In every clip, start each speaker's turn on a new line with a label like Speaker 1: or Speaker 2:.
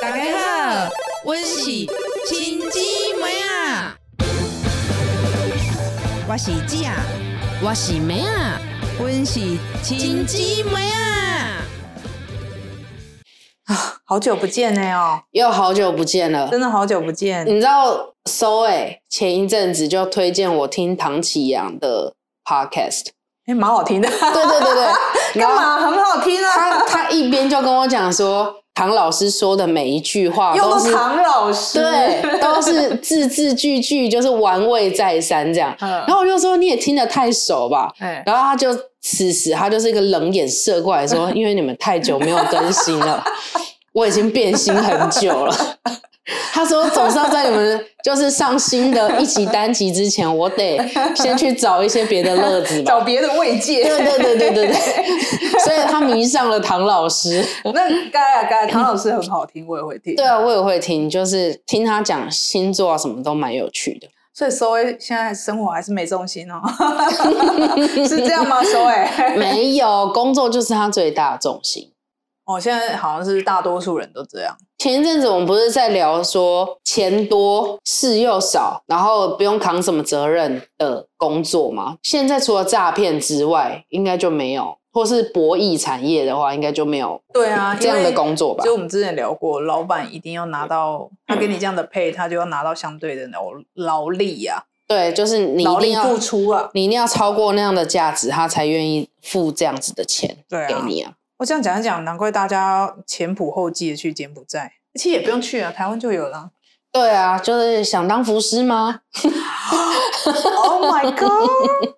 Speaker 1: 大家好，我是亲姊妹啊，我是姐啊，
Speaker 2: 我是妹啊，
Speaker 1: 我是亲姊妹啊。好久不见呢哦，
Speaker 2: 又好久不见了。
Speaker 1: 真的好久不见。
Speaker 2: 你知道收哎，前一阵子就推荐我听唐启阳的 podcast，
Speaker 1: 哎，蛮好 听的，
Speaker 2: 对对对对，然
Speaker 1: 干
Speaker 2: 后
Speaker 1: 嘛？很好听
Speaker 2: 他
Speaker 1: 啊，
Speaker 2: 他一边就跟我讲说，唐老师说的每一句话
Speaker 1: 用
Speaker 2: 都
Speaker 1: 到
Speaker 2: 是
Speaker 1: 唐老师，
Speaker 2: 对，都是字字句句就是玩味再三这样。然
Speaker 1: 嗯，
Speaker 2: 后我就说你也听得太熟吧，
Speaker 1: 哎，
Speaker 2: 然后他就此时他就是一个冷眼射过来 说，因为你们太久没有更新了，我已经变心很久了。 他说总是要在你们就是上新的一集单集之前，我得先去找一些别的乐子吧。
Speaker 1: 找别的慰藉。
Speaker 2: 对对对对对 对，所以他迷上了唐老师。
Speaker 1: 那该啊该啊，唐老师很好听，我也会听。
Speaker 2: 对啊，我也会听，就是听他讲星座啊，什么都蛮有趣的。
Speaker 1: 所以收尾现在生活还是没重心哦， 是这样吗？收尾，
Speaker 2: 没有工作就是他最大的重心。
Speaker 1: 哦，现在好像是大多数人都这样。
Speaker 2: 前一阵子我们不是在聊说钱多事又少，然后不用扛什么责任的工作吗？现在除了诈骗之外，应该就没有，或是博弈产业的话，应该就没有
Speaker 1: 对啊，
Speaker 2: 这样
Speaker 1: 因
Speaker 2: 的
Speaker 1: 为
Speaker 2: 工作吧
Speaker 1: 就？我们之前聊过，老板一定要拿到他给你这样的配，他就要拿到相对的劳劳力啊，
Speaker 2: 对，就是你一
Speaker 1: 劳
Speaker 2: 定
Speaker 1: 力
Speaker 2: 要
Speaker 1: 付出啊。
Speaker 2: 你一定要超过那样的价值，他才愿意付这样子的钱
Speaker 1: 对
Speaker 2: 给
Speaker 1: 啊，
Speaker 2: 你啊。
Speaker 1: 我这样讲一讲，难怪大家前仆后继的去柬埔寨，其实也不用去啊，台湾就有了。
Speaker 2: 对啊，就是想当厨师吗？
Speaker 1: oh my god！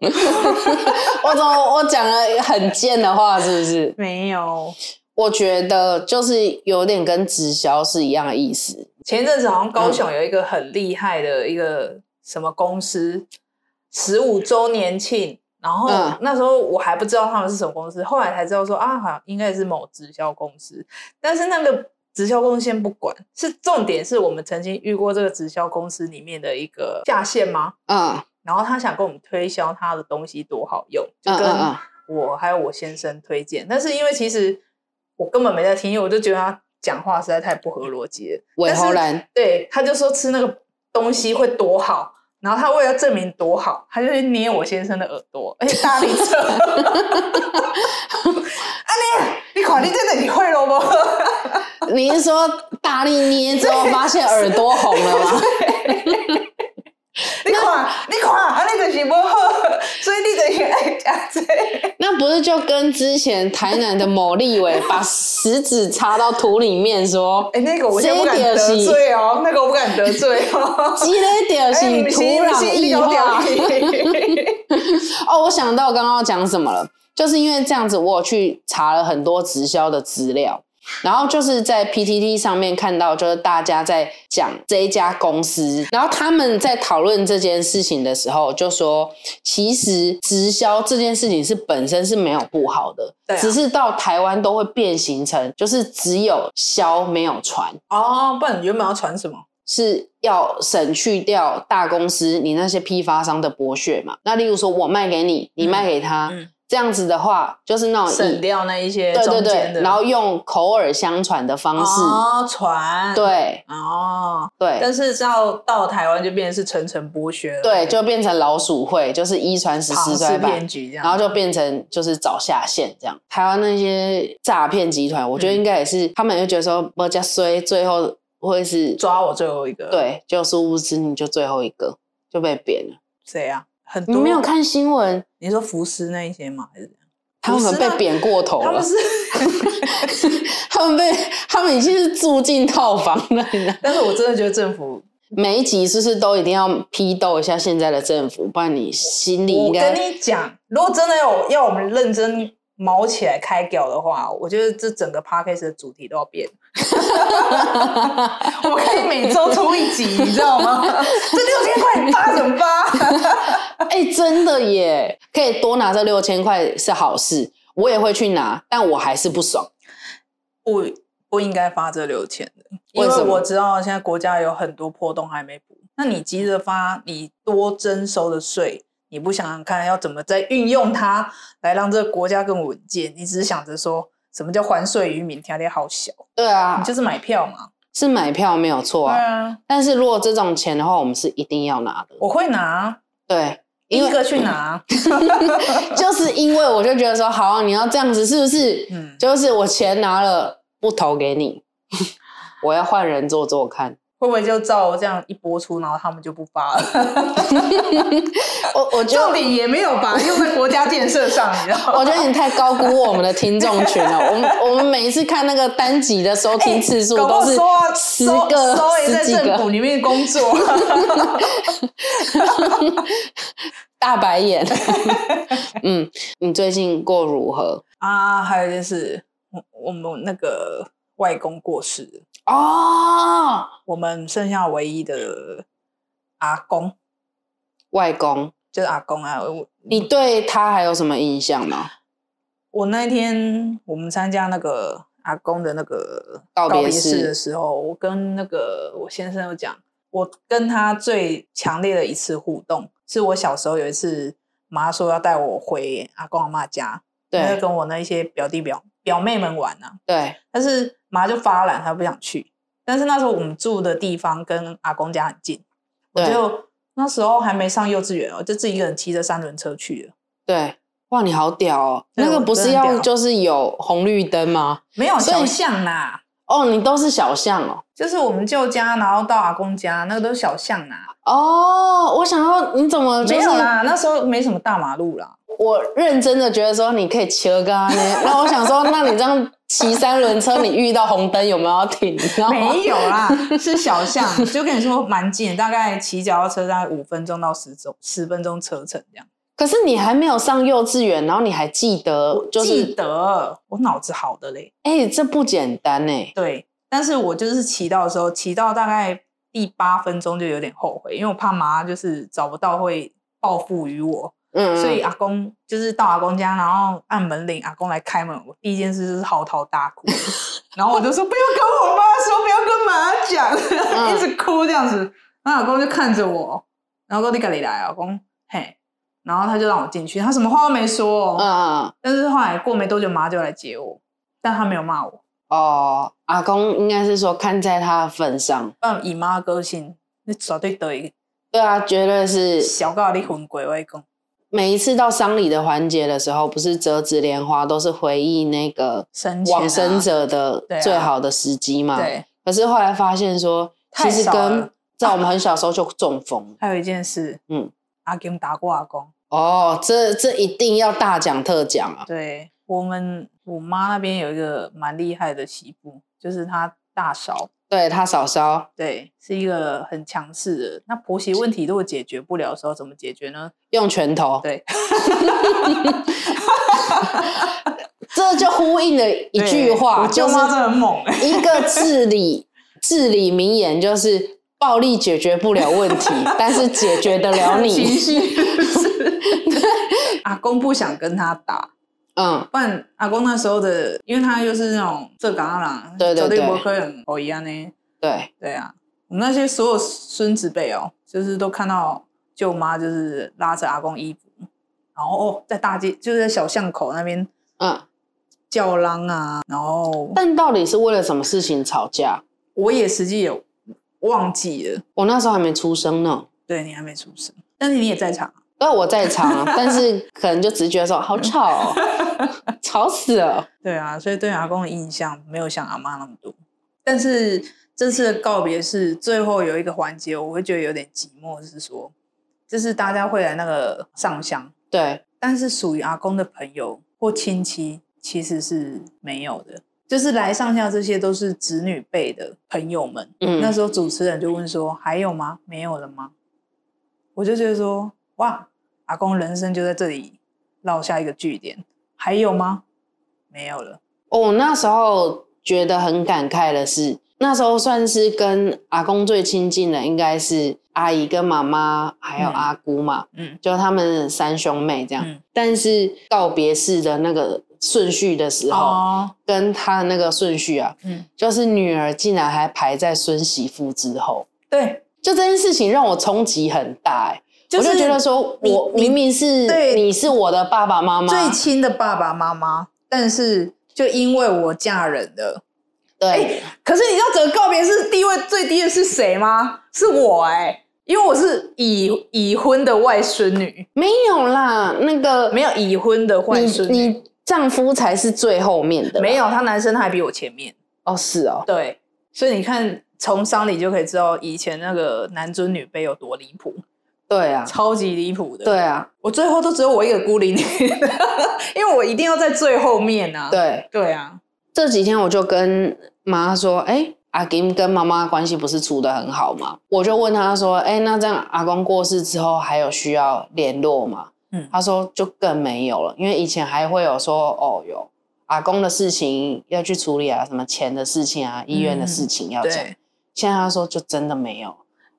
Speaker 2: 我怎么我讲了很贱的话，是不是？
Speaker 1: 没有，
Speaker 2: 我觉得就是有点跟直销是一样的意思，
Speaker 1: 前一阵子好像高雄有一个很厉害的一个什么公司，十五周年庆，然后
Speaker 2: 嗯
Speaker 1: 那时候我还不知道他们是什么公司，后来才知道说啊，好像应该是某直销公司，但是那个直销公司先不管，是重点是我们曾经遇过这个直销公司里面的一个下线吗？
Speaker 2: 嗯
Speaker 1: 然后他想跟我们推销他的东西多好用，就
Speaker 2: 嗯
Speaker 1: 跟
Speaker 2: 嗯
Speaker 1: 我还有我先生推荐，但是因为其实我根本没在听，因为我就觉得他讲话实在太不合逻辑了。
Speaker 2: 韦
Speaker 1: 但是
Speaker 2: 侯 兰，
Speaker 1: 对，他就说吃那个东西会多好，然后他为了证明多好，他就去捏我先生的耳朵，而且大力扯。 啊阿丽，你看你真的你会了不？
Speaker 2: 你是说大力捏之后发现耳朵红了吗？
Speaker 1: 你看，你看，阿丽就是不好，所以你就是爱吃这个。
Speaker 2: 那不是就跟之前台南的某立委把食指插到土里面说
Speaker 1: 哎、那个我先不敢得罪哦，那个我不敢得罪：“ 哦。
Speaker 2: 积累点是
Speaker 1: 哎，
Speaker 2: 土壤异化。”哦，我想到刚刚要讲什么了，就是因为这样子，我有去查了很多直销的资料，然后就是在 PTT 上面看到，就是大家在讲这一家公司，然后他们在讨论这件事情的时候，就说其实直销这件事情是本身是没有不好的，
Speaker 1: 对啊
Speaker 2: 只是到台湾都会变形成，就是只有销没有传。
Speaker 1: 哦，不然你原本要传什么？
Speaker 2: 是要省去掉大公司你那些批发商的剥削嘛。那例如说，我卖给你，你卖给他，
Speaker 1: 嗯
Speaker 2: 这样子的话，就是那种以
Speaker 1: 省掉那一些
Speaker 2: 哦对对
Speaker 1: 中间
Speaker 2: 对，
Speaker 1: 的，
Speaker 2: 然后用口耳相传的方式，
Speaker 1: 哦传，
Speaker 2: 对
Speaker 1: 哦，
Speaker 2: 对
Speaker 1: 但是到到台湾就变成是层层剥削了，
Speaker 2: 对，就变成老鼠会，就是一传十，
Speaker 1: 庞
Speaker 2: 十
Speaker 1: 氏
Speaker 2: 传百
Speaker 1: 骗。局这样，
Speaker 2: 然后就变成就是找下线这样，台湾那些诈骗集团，我觉得应该也是、他们也会觉得说不加衰，最后会是
Speaker 1: 抓我最后一个，，
Speaker 2: 对，就殊不知你就最后一个就被扁了。
Speaker 1: 谁啊？很
Speaker 2: 你
Speaker 1: 多
Speaker 2: 没有？看新闻，
Speaker 1: 你说福斯那一些吗？还
Speaker 2: 他
Speaker 1: 是
Speaker 2: 们被贬过头
Speaker 1: 他
Speaker 2: 了
Speaker 1: 们，是？
Speaker 2: 他们被他们已经是住进套房了。你知道
Speaker 1: 但是我真的觉得政府，
Speaker 2: 每一集是不是都一定要批斗一下现在的政府？不然你心里
Speaker 1: 我
Speaker 2: 应
Speaker 1: 跟
Speaker 2: 该
Speaker 1: 你讲，如果真的要要我们认真毛起来开屌的话，我觉得这整个 podcast 的主题都要变。 我可以每周出一集，你知道吗？ 这六千块八怎么八？
Speaker 2: 哎、真的耶，可以多拿这六千块是好事，我也会去拿，但我还是不爽。
Speaker 1: 不不应该发这六千的，因
Speaker 2: 为
Speaker 1: 为
Speaker 2: 什么
Speaker 1: 我知道现在国家有很多破洞还没补。那你急着发，你多征收的税，你不想想看要怎么再运用它来让这个国家更稳健？你只是想着说什么叫还税于民，条条好小，
Speaker 2: 对啊
Speaker 1: 你，就是买票嘛。
Speaker 2: 是买票没有错
Speaker 1: 对
Speaker 2: 啊。
Speaker 1: 啊，
Speaker 2: 但是如果这种钱的话，我们是一定要拿的。
Speaker 1: 我会拿，
Speaker 2: 对，
Speaker 1: 第
Speaker 2: 因
Speaker 1: 一
Speaker 2: 为
Speaker 1: 个去拿。
Speaker 2: 就是因为我就觉得说，好、啊你要这样子是不是？
Speaker 1: 嗯，
Speaker 2: 就是我钱拿了不投给你， 我要换人做做看。
Speaker 1: 会不会就照这样一播出，然后他们就不发了？
Speaker 2: 我我觉
Speaker 1: 重
Speaker 2: 得。
Speaker 1: 点也没有吧，用在国家建设上，你知道吗？
Speaker 2: 我觉得你太高估我们的听众群了。 我们我们每一次看那个单集的收听次数
Speaker 1: 搞不好
Speaker 2: 都是
Speaker 1: 收啊
Speaker 2: 十
Speaker 1: 收
Speaker 2: 个、
Speaker 1: 收也在
Speaker 2: 十几
Speaker 1: 政
Speaker 2: 个，
Speaker 1: 府里面工作，
Speaker 2: 大白 眼。嗯，你最近过如何？
Speaker 1: 啊，还有一件事，我我们那个外公过世，
Speaker 2: 哦，
Speaker 1: 我们剩下唯一的阿公
Speaker 2: 外公，
Speaker 1: 就是阿公啊。我
Speaker 2: 你对他还有什么印象吗？
Speaker 1: 我那一天我们参加那个阿公的那个
Speaker 2: 告别
Speaker 1: 别
Speaker 2: 式
Speaker 1: 式的时候，我跟那个我先生有讲，我跟他最强烈的一次互动，是我小时候有一次，妈说要带我回阿公阿妈家，因为
Speaker 2: 对
Speaker 1: 跟我那一些表弟表表妹们玩啊。
Speaker 2: 对，
Speaker 1: 但是妈就发懒，她不想去。但是那时候我们住的地方跟阿公家很近，我
Speaker 2: 对
Speaker 1: 就那时候还没上幼稚园哦，就自己一个人骑着三轮车去了。
Speaker 2: 对，哇，你好屌哦！
Speaker 1: 对
Speaker 2: 那个
Speaker 1: 我
Speaker 2: 不
Speaker 1: 真
Speaker 2: 是
Speaker 1: 的很
Speaker 2: 要
Speaker 1: 屌
Speaker 2: 就是有红绿灯吗？
Speaker 1: 没有
Speaker 2: 所以
Speaker 1: 小巷啦，
Speaker 2: 哦，你都是小巷哦。
Speaker 1: 就是我们舅家，然后到阿公家，那个都是小巷啦。
Speaker 2: 哦，我想要你怎么就
Speaker 1: 没
Speaker 2: 是
Speaker 1: 有啦，那时候没什么大马路啦。
Speaker 2: 我认真的觉得说你可以骑个呢，然后我想说，那你这样骑三轮车，你遇到红灯有没有要停？你知道吗？
Speaker 1: 哦没有啦， 是小巷，就跟你说蛮近，大概骑脚踏车大概五分钟到十钟十分钟车程这样。
Speaker 2: 可是你还没有上幼稚园，然后你还记得，就
Speaker 1: 记
Speaker 2: 是
Speaker 1: 得我脑子好的嘞，
Speaker 2: 哎、这不简单哎、
Speaker 1: 对，但是我就是骑到的时候，骑到大概第八分钟就有点后悔，因为我怕妈就是找不到会报复于我，
Speaker 2: 嗯，
Speaker 1: 所以阿公就是到阿公家，然后按门铃，阿公来开门，我第一件事就是嚎啕大 哭，然后我就说不要跟我妈说，不要跟妈
Speaker 2: 嗯
Speaker 1: 讲， 一直哭这样子，然后阿公就看着我，然后说你赶紧来，阿公嘿。然后他就让我进去，他什么话都没说、哦，
Speaker 2: 嗯嗯
Speaker 1: 但是后来过没多久，妈就来接我，但他没有骂我，
Speaker 2: 哦，阿公应该是说看在他的份上，
Speaker 1: 嗯，以妈的个性，你绝对得
Speaker 2: 对啊，绝对是
Speaker 1: 小到你混鬼外公，
Speaker 2: 每一次到丧礼的环节的时候，不是折纸莲花都是回忆那个
Speaker 1: 生前啊
Speaker 2: 往生者的
Speaker 1: 对啊
Speaker 2: 最好的时机嘛？
Speaker 1: 对，
Speaker 2: 可是后来发现说，其
Speaker 1: 太
Speaker 2: 实
Speaker 1: 少了
Speaker 2: 跟在我们很小时候就中 风
Speaker 1: 还有一件事，
Speaker 2: 嗯，
Speaker 1: 阿公打过阿公，
Speaker 2: 哦，这这一定要大讲特讲啊！
Speaker 1: 对我们我妈那边有一个蛮厉害的媳妇，就是她大嫂，
Speaker 2: 对他嫂嫂
Speaker 1: 对，是一个很强势的。那婆媳问题如果解决不了的时候，怎么解决呢？
Speaker 2: 用拳头，
Speaker 1: 对，
Speaker 2: 这就呼应了一句
Speaker 1: 对
Speaker 2: 话，
Speaker 1: 我舅
Speaker 2: 就是
Speaker 1: 妈真的很 猛、欸，
Speaker 2: 一个至 理至理名言，就是暴力解决不了问 题，但是解决得了
Speaker 1: 情
Speaker 2: 你。
Speaker 1: 绪是。 阿公不想跟他打，
Speaker 2: 嗯，
Speaker 1: 不然阿公那时候的，因为他又是那种浙江啦，
Speaker 2: 对对对
Speaker 1: 伯克人口一样呢，
Speaker 2: 对，
Speaker 1: 对啊，我们那些所有孙子辈哦，就是都看到舅妈就是拉着阿公衣服，然后哦在大街就是在小巷口那边
Speaker 2: 嗯，
Speaker 1: 叫嚷啊，然后
Speaker 2: 但到底是为了什么事情吵架？
Speaker 1: 我也实际有忘记了，
Speaker 2: 我那时候还没出生呢。
Speaker 1: 对你还没出生，但是你也在场，
Speaker 2: 那我在场 啊，但是可能就只是觉得说好吵、哦，吵死了。
Speaker 1: 对啊，所以对阿公的印象没有像阿妈那么多。但是这次的告别式最后有一个环节，我会觉得有点寂寞，就是说，就是大家会来那个上香，
Speaker 2: 对，
Speaker 1: 但是属于阿公的朋友或亲戚其实是没有的。就是来上香这些都是子女辈的朋友们。
Speaker 2: 嗯
Speaker 1: 那时候主持人就问说：“还有吗？没有了吗？”我就觉得说：“哇，阿公人生就在这里落下一个句点。还有吗？没有了。”
Speaker 2: 哦我那时候觉得很感慨的是，那时候算是跟阿公最亲近的，应该是阿姨跟妈妈还有
Speaker 1: 嗯
Speaker 2: 阿姑嘛，
Speaker 1: 嗯
Speaker 2: 就他们三兄妹这样。
Speaker 1: 嗯
Speaker 2: 但是告别式的那个顺序的时候，
Speaker 1: 哦，
Speaker 2: 跟他的那个顺序啊，
Speaker 1: 嗯，
Speaker 2: 就是女儿竟然还排在孙媳妇之后，
Speaker 1: 对，
Speaker 2: 就这件事情让我冲击很大、欸。
Speaker 1: 就是
Speaker 2: 我就觉得说，
Speaker 1: 你
Speaker 2: 我
Speaker 1: 你
Speaker 2: 明明是
Speaker 1: 对
Speaker 2: 你是我的爸爸妈妈，
Speaker 1: 最亲的爸爸妈妈，但是就因为我嫁人了，
Speaker 2: 对，
Speaker 1: 哎可是你知道整个告别式地位最低的是谁吗？是我哎、因为我是已已婚的外孙女，
Speaker 2: 没有啦，那个
Speaker 1: 没有已婚的外
Speaker 2: 你
Speaker 1: 孙女，
Speaker 2: 你丈夫才是最后面的吧，
Speaker 1: 没有，他男生还比我前面。
Speaker 2: 哦，是哦，
Speaker 1: 对，所以你看，从丧礼就可以知道以前那个男尊女卑有多离谱，
Speaker 2: 对啊，
Speaker 1: 超级离谱的。
Speaker 2: 对啊，
Speaker 1: 我最后都只有我一个孤零零， 因为我一定要在最后面啊。
Speaker 2: 对，
Speaker 1: 对啊，
Speaker 2: 这几天我就跟妈说，哎、阿金跟妈妈关系不是处的很好吗？我就问她说，哎、那这样阿公过世之后还有需要联络吗？
Speaker 1: 嗯
Speaker 2: 她说就更没有了，因为以前还会有说，哦，有阿公的事情要去处理啊，什么钱的事情啊，医院的事情要讲。
Speaker 1: 嗯对，
Speaker 2: 现在她说就真的没有，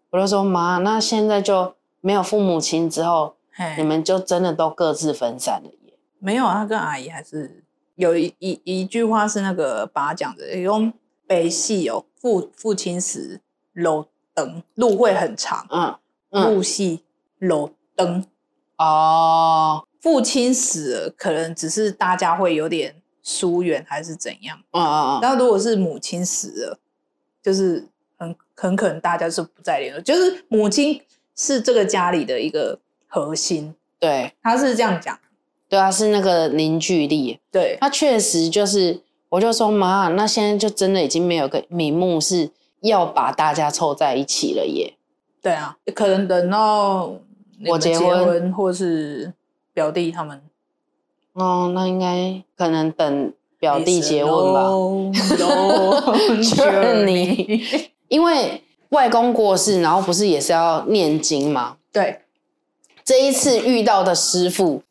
Speaker 2: 我就说妈，那现在就没有父母亲之后，
Speaker 1: 嘿
Speaker 2: 你们就真的都各自分散了耶。
Speaker 1: 没有啊，他跟阿姨还是有一一一句话是那个爸讲的，用北戏哦，父父亲死楼灯，路会很长，
Speaker 2: 嗯嗯，
Speaker 1: 路戏楼灯，
Speaker 2: 哦，
Speaker 1: 父亲死了，可能只是大家会有点疏远还是怎样。
Speaker 2: 嗯嗯嗯，
Speaker 1: 那如果是母亲死了，就是很很可能大家是不再联络，就是母亲是这个家里的一个核心，
Speaker 2: 对。
Speaker 1: 他是这样讲，
Speaker 2: 对啊，是那个凝聚力。
Speaker 1: 对，
Speaker 2: 他确实就是，我就说妈，那现在就真的已经没有个名目是要把大家凑在一起了耶。
Speaker 1: 对啊，可能等到你
Speaker 2: 我
Speaker 1: 们
Speaker 2: 结
Speaker 1: 婚，
Speaker 2: 婚
Speaker 1: 或是表弟他们
Speaker 2: 哦，那应该可能等表弟结婚吧，
Speaker 1: 吧
Speaker 2: 就是你，因为外公过世，然后不是也是要念经吗？
Speaker 1: 对，
Speaker 2: 这一次遇到的师傅，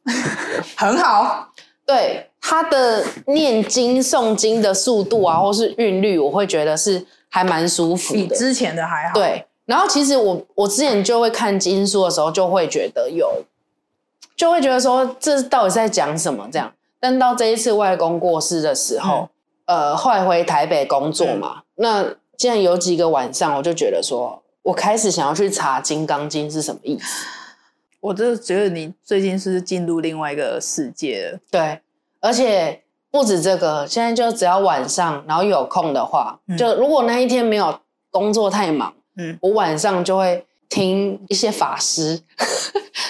Speaker 1: 很好，
Speaker 2: 对他的念经诵经的速度啊，或是韵律，我会觉得是还蛮舒服
Speaker 1: 比
Speaker 2: 的。
Speaker 1: 之前的还好。，
Speaker 2: 对，然后其实我我之前就会看经书的时候，就会觉得有，就会觉得说这到底在讲什么这样。但到这一次外公过世的时候，呃，后来回台北工作嘛，那既然有几个晚上，我就觉得说我开始想要去查《金刚经》是什么意思。
Speaker 1: 我就觉得你最近是不是进入另外一个世界了。
Speaker 2: 对，而且不止这个，现在就只要晚上，然后有空的话，
Speaker 1: 嗯
Speaker 2: 就如果那一天没有工作太忙，
Speaker 1: 嗯
Speaker 2: 我晚上就会听一些法师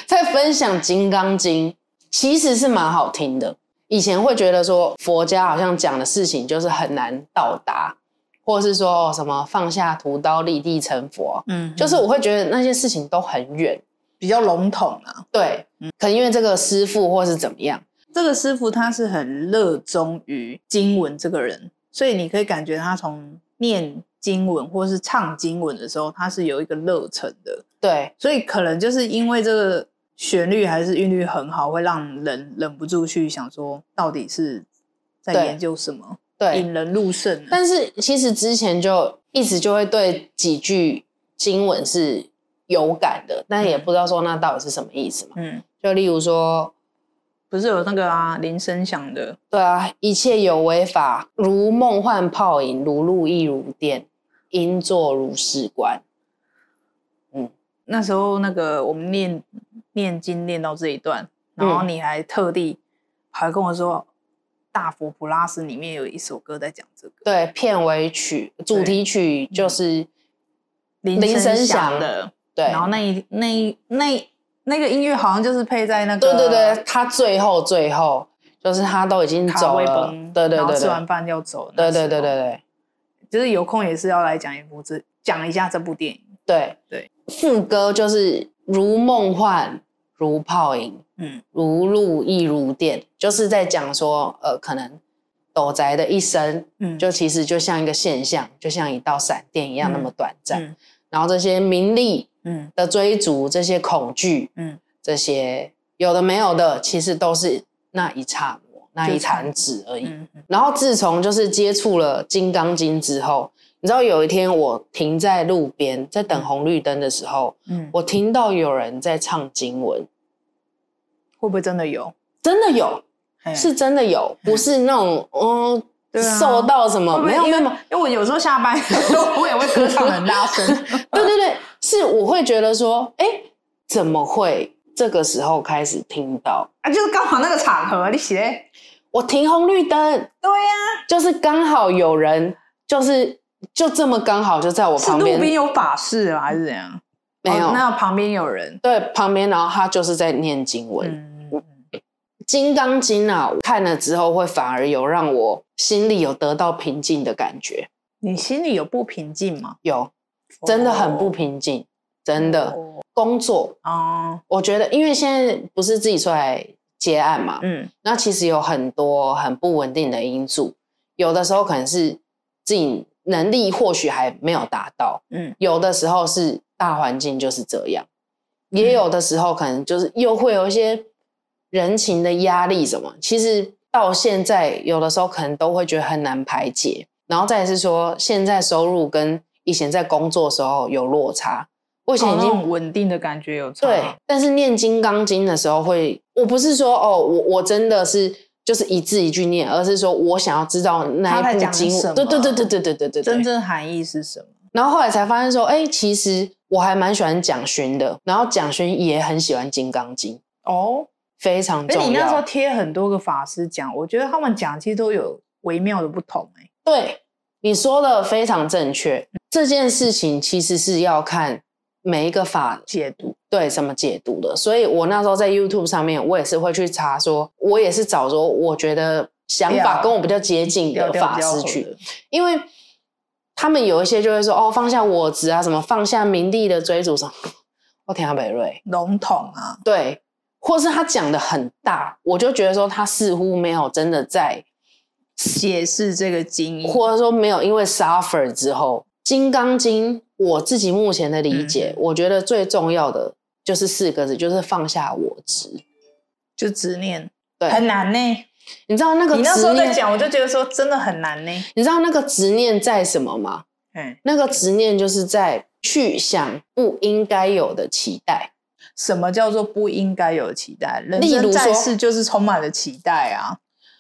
Speaker 2: 在分享《金刚经》，其实是蛮好听的。以前会觉得说佛家好像讲的事情就是很难到达，或是说什么放下屠刀立地成佛，
Speaker 1: 嗯，
Speaker 2: 就是我会觉得那些事情都很远。
Speaker 1: 比较笼统啊。
Speaker 2: 对，可能因为这个师傅或是怎么样，
Speaker 1: 这个师傅他是很热衷于经文这个人，所以你可以感觉他从念经文或是唱经文的时候，他是有一个热忱的。
Speaker 2: 对
Speaker 1: 所以可能就是因为这个旋律还是韵律很好，会让人忍不住去想说，到底是在
Speaker 2: 对
Speaker 1: 研究什么，
Speaker 2: 对，
Speaker 1: 引人入胜啊。
Speaker 2: 但是其实之前就一直就会对几句经文是有感的，但也不知道说那到底是什么意思嘛。
Speaker 1: 嗯，
Speaker 2: 就例如说，
Speaker 1: 不是有那个啊，铃声响的，
Speaker 2: 对啊，一切有为法，如梦幻泡影，如露亦如电，应作如是观。
Speaker 1: 那时候那个我们念念经念到这一段，然后你还特地还跟我说，《大佛普拉斯》里面有一首歌在讲这个，
Speaker 2: 对，片尾曲、主题曲就是
Speaker 1: 铃
Speaker 2: 声
Speaker 1: 响
Speaker 2: 响，
Speaker 1: 的，
Speaker 2: 对，
Speaker 1: 嗯然后那一那一那一那个音乐好像就是配在那个
Speaker 2: 对对对，他最后最后就是他都已经
Speaker 1: 卡
Speaker 2: 走
Speaker 1: 威
Speaker 2: 了
Speaker 1: 崩，，
Speaker 2: 对对
Speaker 1: 然后
Speaker 2: 对
Speaker 1: 吃完
Speaker 2: 对，
Speaker 1: 饭要走，
Speaker 2: 对对对对，对。
Speaker 1: 就是有空也是要来讲一部这讲一下这部电影，
Speaker 2: 对
Speaker 1: 对，
Speaker 2: 副歌就是如梦幻，如泡影，
Speaker 1: 嗯
Speaker 2: 如露亦如电，就是在讲说，呃，可能斗宅的一生，
Speaker 1: 嗯
Speaker 2: 就其实就像一个现象，就像一道闪电一样
Speaker 1: 嗯
Speaker 2: 那么短暂。
Speaker 1: 嗯
Speaker 2: 然后这些名利
Speaker 1: 嗯
Speaker 2: 的追逐，这些恐惧，
Speaker 1: 嗯，
Speaker 2: 这些有的没有的，其实都是那一刹那那一弹指而已。
Speaker 1: 嗯嗯
Speaker 2: 然后自从就是接触了《金刚经》之后，你知道有一天我停在路边，在等红绿灯的时候，
Speaker 1: 嗯，
Speaker 2: 我听到有人在唱经文，
Speaker 1: 会不会真的有？
Speaker 2: 真的有，
Speaker 1: 嘿
Speaker 2: 是真的有，不是那种嗯、
Speaker 1: 对啊
Speaker 2: 受到什么
Speaker 1: 会不会
Speaker 2: 没有
Speaker 1: 因
Speaker 2: 没
Speaker 1: 为
Speaker 2: 有，
Speaker 1: 因为我有时候下班的时候我也会歌唱得很大 声，
Speaker 2: 对对
Speaker 1: 呃
Speaker 2: 对，是我会觉得说，哎，怎么会这个时候开始听到？
Speaker 1: 啊，就是刚好那个场合，你写
Speaker 2: 我停红绿灯，
Speaker 1: 对呀，
Speaker 2: 就是刚好有人就是就这么刚好就在我
Speaker 1: 是
Speaker 2: 旁
Speaker 1: 路
Speaker 2: 边，
Speaker 1: 边有法事啊吗？还是怎样？
Speaker 2: 没有、
Speaker 1: 哦那旁边有人。
Speaker 2: 对旁边，然后他就是在念经文，
Speaker 1: 嗯，
Speaker 2: 金刚经》啊，我看了之后会反而有让我心里有得到平静的感觉，
Speaker 1: 你心里有不平静吗？
Speaker 2: 有真的很不平静，真的。
Speaker 1: 哦
Speaker 2: 工作，
Speaker 1: 哦，
Speaker 2: 我觉得因为现在不是自己出来接案嘛，
Speaker 1: 嗯
Speaker 2: 那其实有很多很不稳定的因素，有的时候可能是自己能力或许还没有达到，
Speaker 1: 嗯，
Speaker 2: 有的时候是大环境就是这样，也有的时候可能就是又会有一些人情的压力什么。其实到现在，有的时候可能都会觉得很难排解。然后再来是说，现在收入跟以前在工作的时候有落差，我以前已
Speaker 1: 那
Speaker 2: 经
Speaker 1: 种稳定的感觉有差。
Speaker 2: 哦对，但是念《金刚经》的时候会，我不是说哦，我我真的是就是一字一句念，而是说我想要知道
Speaker 1: 他
Speaker 2: 那
Speaker 1: 在
Speaker 2: 一部
Speaker 1: 讲
Speaker 2: 经
Speaker 1: 什
Speaker 2: 文，对
Speaker 1: 么
Speaker 2: 对对对对对对对，
Speaker 1: 真正含义是什么？
Speaker 2: 然后后来才发现说，哎，其实我还蛮喜欢蒋勋的，然后蒋勋也很喜欢《金刚经》，
Speaker 1: 哦，
Speaker 2: 非常
Speaker 1: 而你
Speaker 2: 重
Speaker 1: 那时候
Speaker 2: 要。
Speaker 1: 贴很多个法师讲，我觉得他们讲其实都有微妙的不同、欸。
Speaker 2: 对，你说的非常正确。这件事情其实是要看每一个法
Speaker 1: 解读，
Speaker 2: 对怎么解读的。所以我那时候在 YouTube 上面，我也是会去查说，我也是找说我觉得想法
Speaker 1: 要
Speaker 2: 跟我比较接近
Speaker 1: 啊调
Speaker 2: 的
Speaker 1: 调
Speaker 2: 法
Speaker 1: 比较
Speaker 2: 师
Speaker 1: 合
Speaker 2: 去，
Speaker 1: 的
Speaker 2: 因为他们有一些就会说哦，放下我执啊，什么放下名利的追逐什么，我天啊，北瑞
Speaker 1: 笼统啊，
Speaker 2: 对，或是他讲的很大，我就觉得说他似乎没有真的在，
Speaker 1: 解释这个经义。
Speaker 2: 或者说没有因为 suffer 之后，《金刚经》我自己目前的理
Speaker 1: 嗯
Speaker 2: 解，我觉得最重要的就是四个字，就是放下我执。
Speaker 1: 就执念，
Speaker 2: 对
Speaker 1: 很难呢、
Speaker 2: 你知道那个
Speaker 1: 哎你那时
Speaker 2: 执
Speaker 1: 候在
Speaker 2: 念，
Speaker 1: 讲，我就觉得说真的很难呢、
Speaker 2: 你知道那个执念在什么吗？
Speaker 1: 嗯，
Speaker 2: 那个执念就是在去想不应该有的期待。
Speaker 1: 什么叫做不应该有期待？人
Speaker 2: 例如说
Speaker 1: 生在世就是充满了期待啊。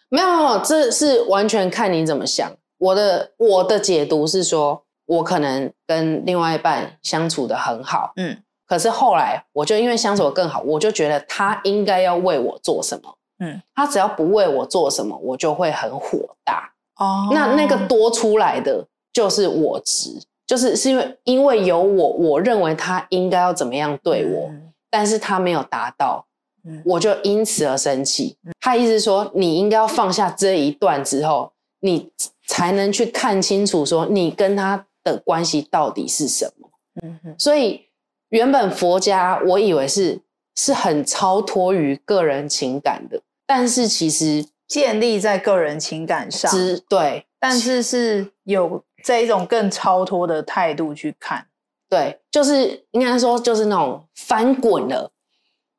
Speaker 2: 没有，没有，这是完全看你怎么想。我的我的解读是说，我可能跟另外一半相处的很好，
Speaker 1: 嗯
Speaker 2: 可是后来我就因为相处的更好，我就觉得他应该要为我做什么。
Speaker 1: 嗯，
Speaker 2: 他只要不为我做什么，我就会很火大。
Speaker 1: 哦
Speaker 2: 那那个多出来的就是我值，就是是因为因为有我，我认为他应该要怎么样对我，
Speaker 1: 嗯
Speaker 2: 但是他没有达到，
Speaker 1: 嗯
Speaker 2: 我就因此而生气。他意思是说，你应该要放下这一段之后，你才能去看清楚，说你跟他的关系到底是什么。
Speaker 1: 嗯嗯
Speaker 2: 所以原本佛家我以为是是很超脱于个人情感的，但是其实
Speaker 1: 建立在个人情感上，
Speaker 2: 只对
Speaker 1: 但是是有这一种更超脱的态度去看。
Speaker 2: 对，就是应该说就是那种翻滚了，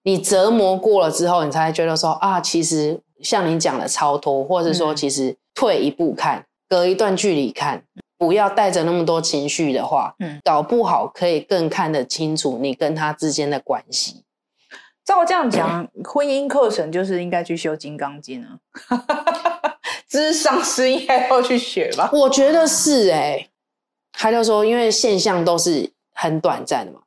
Speaker 2: 你折磨过了之后，你才会觉得说啊，其实像你讲的超脱，或者说
Speaker 1: 嗯
Speaker 2: 其实退一步看，隔一段距离看，不要带着那么多情绪的话，
Speaker 1: 嗯
Speaker 2: 搞不好可以更看得清楚你跟他之间的关系。
Speaker 1: 照这样讲，婚姻课程就是应该去修《金刚经》啊， 智商师应该要去学吧？
Speaker 2: 我觉得是哎、他就说，因为现象都是很短暂的嘛，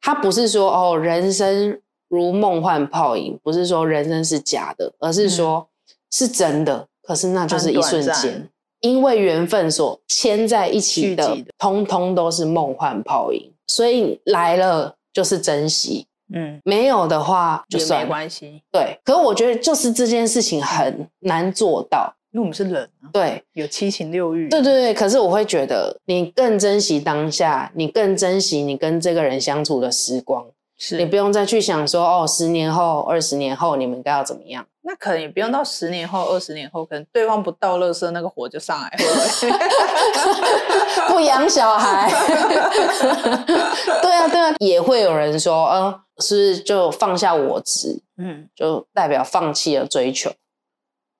Speaker 2: 他不是说哦，人生如梦幻泡影，不是说人生是假的，而是说、是真的，可是那就是一瞬
Speaker 1: 嗯很短
Speaker 2: 间
Speaker 1: 暂，
Speaker 2: 因为缘分所牵在一起
Speaker 1: 聚
Speaker 2: 的
Speaker 1: 集的，
Speaker 2: 通通都是梦幻泡影，所以来了就是珍惜，
Speaker 1: 嗯，
Speaker 2: 没有的话就
Speaker 1: 也没
Speaker 2: 算了。
Speaker 1: 关系，
Speaker 2: 对，可我觉得就是这件事情很难做到，
Speaker 1: 因为我们是人啊，
Speaker 2: 对。
Speaker 1: 有七情六欲。
Speaker 2: 对对对，可是我会觉得你更珍惜当下，你更珍惜你跟这个人相处的时光，
Speaker 1: 是
Speaker 2: 你不用再去想说哦，十年后、二十年后你们该要怎么样。
Speaker 1: 那可能也不用到十年后、二十年后，可能对方不到垃圾，那个火就 上来了。
Speaker 2: 不养小孩， 对啊对啊，也会有人说，嗯，是不是就放下我执，
Speaker 1: 嗯
Speaker 2: 就代表放弃了追求？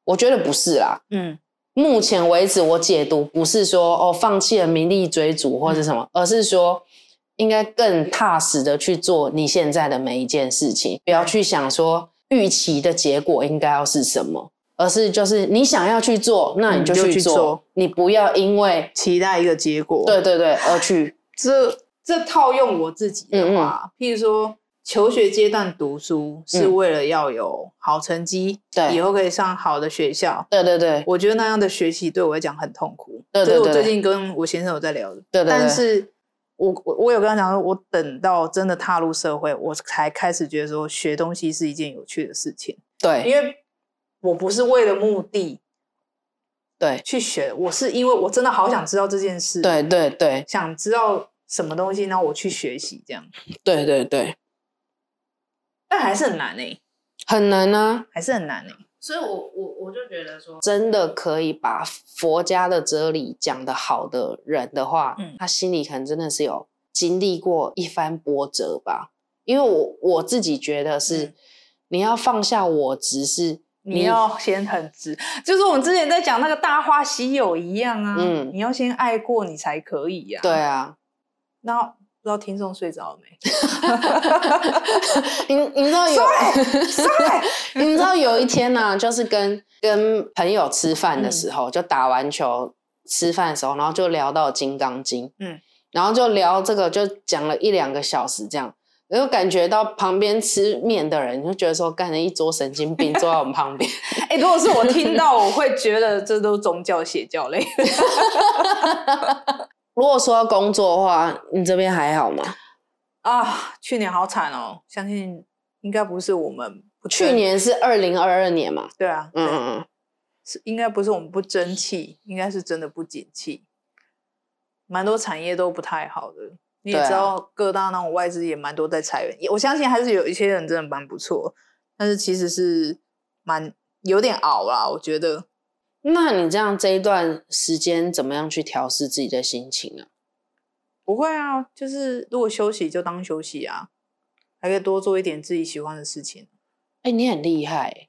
Speaker 2: 我觉得不是啦，
Speaker 1: 嗯，
Speaker 2: 目前为止，我解读不是说哦放弃了名利追逐或者什么，而是说应该更踏实的去做你现在的每一件事情，不要去想说预期的结果应该要是什么，而是就是你想要去做，那你就
Speaker 1: 嗯就
Speaker 2: 去
Speaker 1: 去
Speaker 2: 做，
Speaker 1: 做
Speaker 2: 你不要因为
Speaker 1: 期待一个结果。
Speaker 2: 对对对而去
Speaker 1: 这这套用我自己的话，譬如说求学阶段读书是
Speaker 2: 嗯
Speaker 1: 为了要有好成绩，
Speaker 2: 对
Speaker 1: 以后可以上好的学校。
Speaker 2: 对对对
Speaker 1: 我觉得那样的学习对我来讲很痛苦，
Speaker 2: 对对
Speaker 1: 这是我
Speaker 2: 对
Speaker 1: 最
Speaker 2: 对
Speaker 1: 近跟我先生有在聊的。
Speaker 2: 对对
Speaker 1: 但
Speaker 2: 对，
Speaker 1: 是我我我有跟他讲说，我等到真的踏入社会，我才开始觉得说学东西是一件有趣的事情，
Speaker 2: 对
Speaker 1: 因为我不是为了目的
Speaker 2: 对
Speaker 1: 去学，我是因为我真的好想知道这件事，，
Speaker 2: 对对对
Speaker 1: 想知道什么东西，然后我去学习这样，
Speaker 2: 对对对，
Speaker 1: 但还是很难哎、
Speaker 2: 很难啊。
Speaker 1: 还是很难哎、
Speaker 2: 所以我我我就觉得说，真的可以把佛家的哲理讲得好的人的话，
Speaker 1: 嗯
Speaker 2: 他心里可能真的是有经历过一番波折吧。因为我我自己觉得是，
Speaker 1: 嗯
Speaker 2: 你要放下我执是
Speaker 1: 你要先很直，就是我们之前在讲那个大话西游一样啊，
Speaker 2: 嗯
Speaker 1: 你要先爱过你才可以呀、
Speaker 2: 对，啊，
Speaker 1: 那不知道听众睡着了没？
Speaker 2: 你你知道有
Speaker 1: 啊 对，
Speaker 2: 你知道有一天呢、就是跟跟朋友吃饭的
Speaker 1: 嗯
Speaker 2: 时候，就打完球吃饭的时候，然后就聊到《金刚经》，
Speaker 1: 嗯，
Speaker 2: 然后就聊这个，就讲了一两个小时这样。我就感觉到旁边吃面的人就觉得说，干了一桌神经病坐在我们旁 边，
Speaker 1: 哎、如果是我听到，我会觉得这都宗教邪教类。
Speaker 2: 如果说要工作的话，你这边还好吗？
Speaker 1: 啊，去年好惨哦，相信应该不是我们不
Speaker 2: 去
Speaker 1: 争
Speaker 2: 年是二零二二年嘛，
Speaker 1: 对啊，
Speaker 2: 嗯嗯
Speaker 1: 对
Speaker 2: 嗯，
Speaker 1: 是应该不是我们不争气，应该是真的不景气，蛮多产业都不太好的。你也
Speaker 2: 对啊
Speaker 1: 知道，各大那种外资也蛮多在裁员，也我相信还是有一些人真的蛮不错，但是其实是蛮有点熬啦，我觉得。
Speaker 2: 那你这样这一段时间怎么样去调试自己的心情啊？
Speaker 1: 不会啊，就是如果休息就当休息啊，还可以多做一点自己喜欢的事情。
Speaker 2: 哎、你很厉害欸、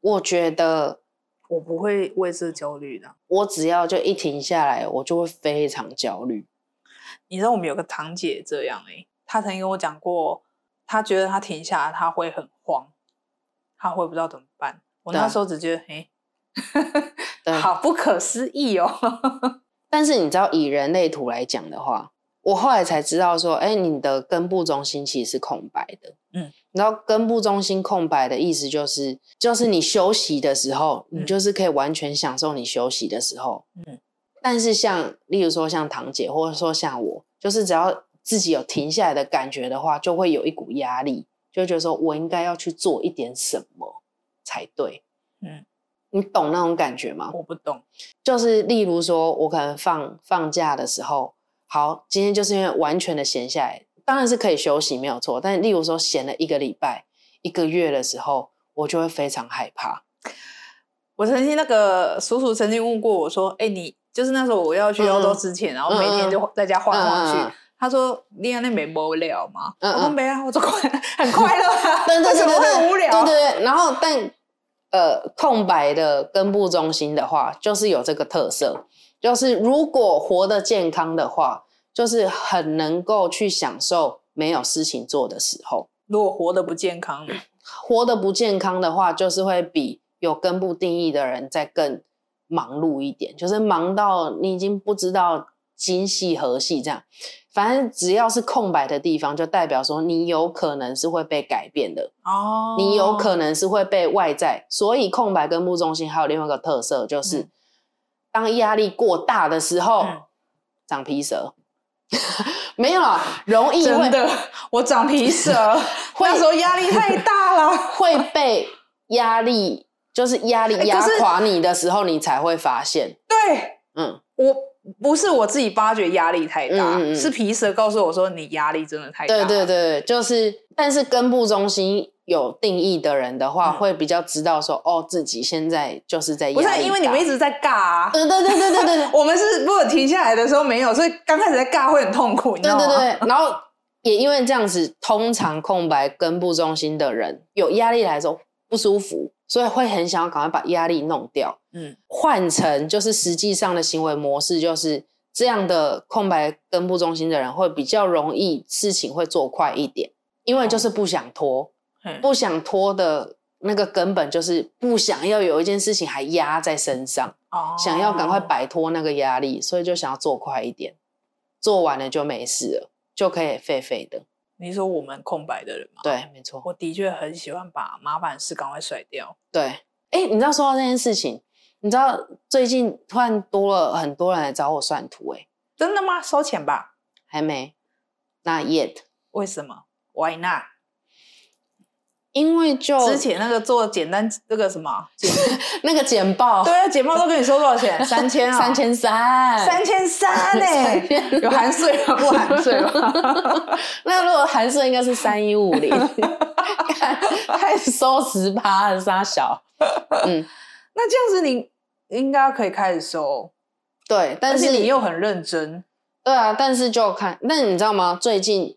Speaker 2: 我觉得
Speaker 1: 我不会为这焦虑的。
Speaker 2: 我只要就一停下来，我就会非常焦虑。
Speaker 1: 你知道我们有个堂姐这样哎、她曾经跟我讲过，她觉得她停下来，她会很慌，她会不知道怎么办。我那
Speaker 2: 对啊
Speaker 1: 时候只觉得，哎、
Speaker 2: 对，啊
Speaker 1: 好不可思议哦。
Speaker 2: 但是你知道，以人类图来讲的话，我后来才知道说，哎、你的根部中心其实是空白的。
Speaker 1: 嗯，
Speaker 2: 你知道根部中心空白的意思就是，就是你休息的时候，
Speaker 1: 嗯
Speaker 2: 你就是可以完全享受你休息的时候。
Speaker 1: 嗯，
Speaker 2: 但是像例如说像堂姐，或者说像我，就是只要自己有停下来的感觉的话，就会有一股压力，就会觉得说我应该要去做一点什么才对。
Speaker 1: 嗯，
Speaker 2: 你懂那种感觉吗？
Speaker 1: 我不懂，
Speaker 2: 就是例如说，我可能放放假的时候，好，今天就是因为完全的闲下来，当然是可以休息没有错。但例如说闲了一个礼拜、一个月的时候，我就会非常害怕。
Speaker 1: 我曾经那个叔叔曾经问过我说，哎、你就是那时候我要去欧
Speaker 2: 嗯
Speaker 1: 洲之前，然后每天就在家晃来晃去。
Speaker 2: 嗯嗯嗯
Speaker 1: 他说：“你看那没无聊吗？”
Speaker 2: 嗯嗯
Speaker 1: 我说：“没啊，我就快 很快乐啊，
Speaker 2: 对对
Speaker 1: 为
Speaker 2: 对
Speaker 1: 什么
Speaker 2: 对
Speaker 1: 会很
Speaker 2: 对，
Speaker 1: 无聊？”
Speaker 2: 对对对。然后但呃，空白的根部中心的话，就是有这个特色，就是如果活得健康的话，就是很能够去享受没有事情做的时候。
Speaker 1: 如果活得不健康，
Speaker 2: 活得不健康的话，就是会比有根部定义的人再更忙碌一点，就是忙到你已经不知道今系何系这样。反正只要是空白的地方，就代表说你有可能是会被改变的，
Speaker 1: 哦，
Speaker 2: 你有可能是会被外在。所以空白根部中心还有另外一个特色，就是、
Speaker 1: 嗯
Speaker 2: 当压力过大的时候，
Speaker 1: 嗯
Speaker 2: 长皮蛇。 没有啊，容易会
Speaker 1: 真的，我长皮蛇，
Speaker 2: 会
Speaker 1: 那时候压力太大了。
Speaker 2: 会被压力，就是压力
Speaker 1: 欸
Speaker 2: 压
Speaker 1: 可是
Speaker 2: 垮你的时候，你才会发现。
Speaker 1: 对
Speaker 2: 嗯，
Speaker 1: 我不是我自己发觉压力太大，
Speaker 2: 嗯嗯嗯
Speaker 1: 是皮蛇告诉我说你压力真的太大。
Speaker 2: 对对对，就是，但是根部中心有定义的人的话，
Speaker 1: 嗯
Speaker 2: 会比较知道说，哦，自己现在就是在压
Speaker 1: 不
Speaker 2: 力
Speaker 1: 是
Speaker 2: 大。
Speaker 1: 因为你们一直在尬啊。
Speaker 2: 对对对对对对
Speaker 1: 我们是如果停下来的时候没有，所以刚开始在尬会很痛 苦，你知
Speaker 2: 对
Speaker 1: 道吗？
Speaker 2: 对对，然后也因为这样子，通常空白根部中心的人有压力来的时候不舒服，所以会很想要赶快把压力弄掉。
Speaker 1: 嗯，
Speaker 2: 换成就是实际上的行为模式，就是这样的空白根部中心的人会比较容易事情会做快一点，因为就是不想拖，
Speaker 1: 嗯
Speaker 2: 不想拖的那个根本就是不想要有一件事情还压在身上，
Speaker 1: 哦
Speaker 2: 想要赶快摆脱那个压力，所以就想要做快一点，做完了就没事了，就可以废废的。
Speaker 1: 你说我们空白的人嘛，
Speaker 2: 对，没错，
Speaker 1: 我的确很喜欢把麻烦事赶快甩掉。
Speaker 2: 对。哎、你知道说到这件事情，你知道最近突然多了很多人来找我算图、哎，
Speaker 1: 真的吗？收钱吧？
Speaker 2: 还没，那 yet，
Speaker 1: 为什么？Why not？
Speaker 2: 因为就
Speaker 1: 之前那个做简单那个什么，简
Speaker 2: 那个简报，
Speaker 1: 对啊，简报都跟你说多少 钱？三千啊、
Speaker 2: 哦三千三，
Speaker 1: 三千三呢、
Speaker 2: 三千
Speaker 1: 有含税吗？不含税吧？
Speaker 2: 那如果含税应该是三一五零，看开始收十趴了，傻小。嗯
Speaker 1: 那这样子你应该可以开始收，
Speaker 2: 对，但
Speaker 1: 而且
Speaker 2: 是
Speaker 1: 你又很认真，
Speaker 2: 对啊，但是就看，那你知道吗？最近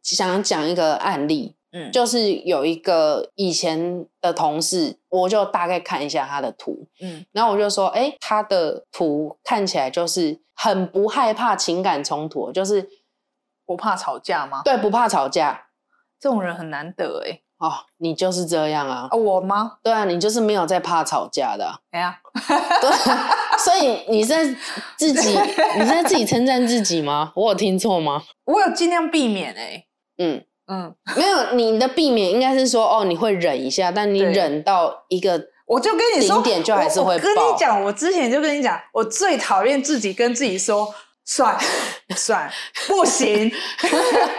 Speaker 2: 想讲一个案例，
Speaker 1: 嗯，
Speaker 2: 就是有一个以前的同事，我就大概看一下他的图，
Speaker 1: 嗯
Speaker 2: 然后我就说，哎、他的图看起来就是很不害怕情感冲突，就是
Speaker 1: 不怕吵架吗？
Speaker 2: 对不怕吵架
Speaker 1: 这种人很难得哎、
Speaker 2: 哦，你就是这样啊
Speaker 1: 啊，，我吗？
Speaker 2: 对啊，你就是没有在怕吵架的啊、
Speaker 1: 哎呀，
Speaker 2: 对啊， 所以你在自己，你在自己称赞自己吗？我有听错吗？
Speaker 1: 我有尽量避免哎、
Speaker 2: 嗯，
Speaker 1: 嗯，
Speaker 2: 没有，你的避免应该是说，哦，你会忍一下，但你
Speaker 1: 对
Speaker 2: 忍到一个，
Speaker 1: 我就跟你说，
Speaker 2: 顶点就还是
Speaker 1: 我
Speaker 2: 会
Speaker 1: 我跟你
Speaker 2: 爆
Speaker 1: 讲，我之前就跟你讲，我最讨厌自己跟自己说。算 算，不行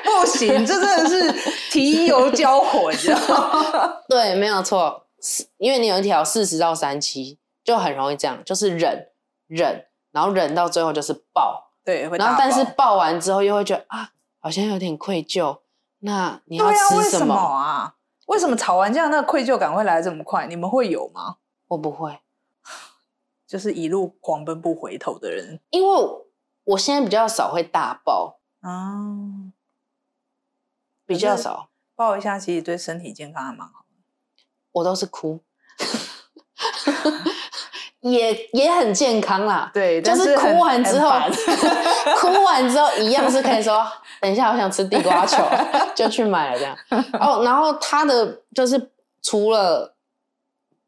Speaker 1: 不行，这真的是提油交火，你知道吗？
Speaker 2: 对，没有错，是因为你有一条四十到三七，就很容易这样，就是忍忍，然后忍到最后就是爆，
Speaker 1: 对，会
Speaker 2: 然后
Speaker 1: 大
Speaker 2: 但是
Speaker 1: 爆
Speaker 2: 爆完之后又会觉得啊，好像有点愧疚，那你要
Speaker 1: 对啊，为
Speaker 2: 吃
Speaker 1: 什么啊？为什么吵完架那个愧疚感会来得这么快？你们会有吗？
Speaker 2: 我不会，
Speaker 1: 就是一路狂奔不回头的人
Speaker 2: 因为我现在比较少会大爆，
Speaker 1: 啊，
Speaker 2: 哦比较
Speaker 1: 可是
Speaker 2: 少。
Speaker 1: 抱一下其实对身体健康还蛮好。
Speaker 2: 我都是哭， 也也很健康啦。
Speaker 1: 对，
Speaker 2: 就
Speaker 1: 但
Speaker 2: 是
Speaker 1: 很
Speaker 2: 哭完之后
Speaker 1: 很烦，
Speaker 2: 哭完之后一样是可以说，等一下我想吃地瓜球，就去买了这样。哦，然后他的就是除了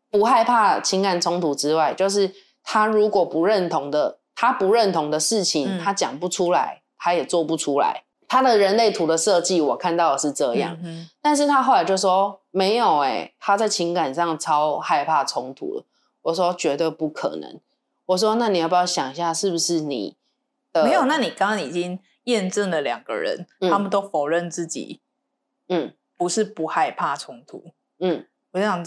Speaker 2: 不害怕情感冲突之外，就是他如果不认同的，他不认同的事情，
Speaker 1: 嗯
Speaker 2: 他讲不出来，他也做不出来。他的人类图的设计，我看到的是这样。
Speaker 1: 嗯哼
Speaker 2: 但是他后来就说没有哎、他在情感上超害怕冲突了。我说绝对不可能。我说那你要不要想一下，是不是你的
Speaker 1: 没有，那你刚刚已经验证了两个人，
Speaker 2: 嗯
Speaker 1: 他们都否认自己
Speaker 2: 嗯
Speaker 1: 不是不害怕冲突。
Speaker 2: 嗯
Speaker 1: 我想，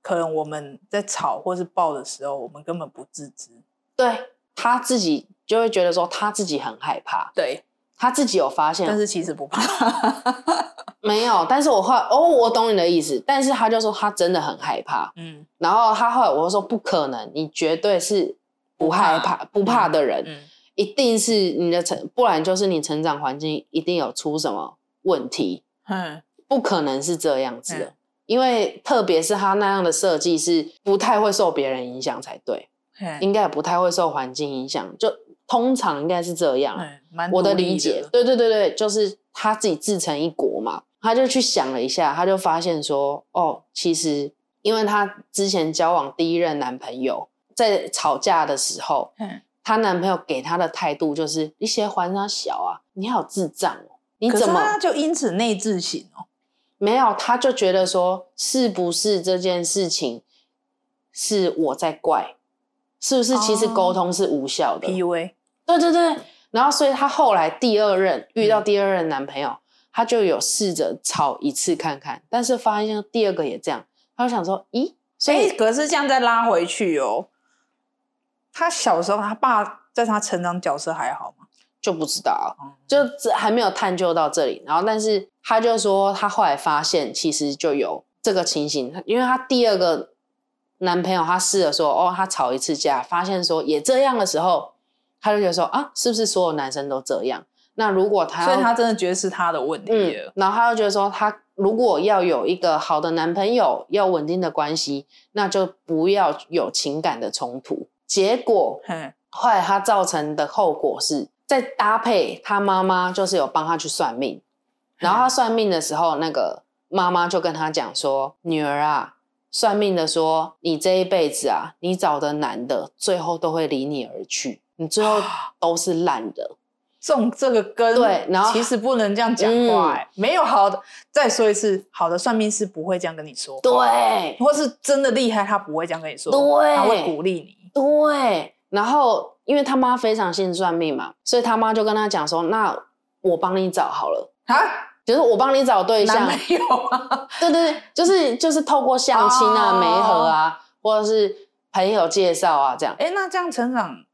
Speaker 1: 可能我们在吵或是爆的时候，我们根本不自知。
Speaker 2: 对他自己就会觉得说他自己很害怕，
Speaker 1: 对，
Speaker 2: 他自己有发现
Speaker 1: 但是其实不怕。
Speaker 2: 没有？但是我后来哦，我懂你的意思，但是他就说他真的很害怕。
Speaker 1: 嗯
Speaker 2: 然后他后来我就说不可能，你绝对是不害怕不怕的人，
Speaker 1: 嗯，
Speaker 2: 一定是你的成，不然就是你成长环境一定有出什么问题。
Speaker 1: 嗯，
Speaker 2: 不可能是这样子的，
Speaker 1: 嗯
Speaker 2: 因为特别是他那样的设计是不太会受别人影响才对，
Speaker 1: 嘿
Speaker 2: 应该也不太会受环境影响，就通常应该是这样。
Speaker 1: 嗯蛮
Speaker 2: 我的
Speaker 1: 独立
Speaker 2: 理解，对对对对，就是他自己自成一国嘛，他就去想了一下，他就发现说，哦，其实因为他之前交往第一任男朋友在吵架的时候，
Speaker 1: 嗯
Speaker 2: 她男朋友给她的态度就是一些还她小啊，你好智障哦，你
Speaker 1: 可是
Speaker 2: 怎么
Speaker 1: 他就因此内置型哦，
Speaker 2: 没有，他就觉得说，是不是这件事情是我在怪？是不是其实
Speaker 1: 哦
Speaker 2: 沟通是无效的？
Speaker 1: ，PUA，
Speaker 2: 对对对。然后，所以他后来第二任遇到第二任男朋友，他就有试着吵一次看看，但是发现第二个也这样，他就想说，咦，所
Speaker 1: 哎、
Speaker 2: 以、
Speaker 1: 可是这样再拉回去哦，他小时候他爸在他成长角色还好吗？
Speaker 2: 就不知道啊，
Speaker 1: 哦
Speaker 2: 就这还没有探究到这里。然后，但是他就说，他后来发现其实就有这个情形，因为他第二个男朋友，他试着说，哦，他吵一次架，发现说也这样的时候，他就觉得说，啊，是不是所有男生都这样？那如果他要
Speaker 1: 所以他真的觉得是他的问题
Speaker 2: 嗯
Speaker 1: 了。，
Speaker 2: 然后他就觉得说，他如果要有一个好的男朋友，要稳定的关系，那就不要有情感的冲突。结果
Speaker 1: 嗯
Speaker 2: 后来他造成的后果是，再搭配他妈妈就是有帮他去算命，然后他算命的时候，那个妈妈就跟他讲说：“女儿啊，算命的说你这一辈子啊，你找的男的最后都会离你而去，你最后都是烂的。”
Speaker 1: 种这个根，
Speaker 2: 对然后嗯
Speaker 1: 其实不能这样讲话、欸，没有好的。再说一次，好的算命师不会这样跟你说，
Speaker 2: 对
Speaker 1: 或是真的厉害，他不会这样跟你说，
Speaker 2: 对
Speaker 1: 他会鼓励你。
Speaker 2: 对，然后因为他妈非常信算命嘛，所以他妈就跟他讲说，那我帮你找好了，
Speaker 1: 啊，
Speaker 2: 就是我帮你找对象，
Speaker 1: 男朋友啊，
Speaker 2: 对对对，就是就是透过相亲啊、
Speaker 1: 哦
Speaker 2: 媒合啊，或者是朋友介绍啊这样。
Speaker 1: 哎、那这样成长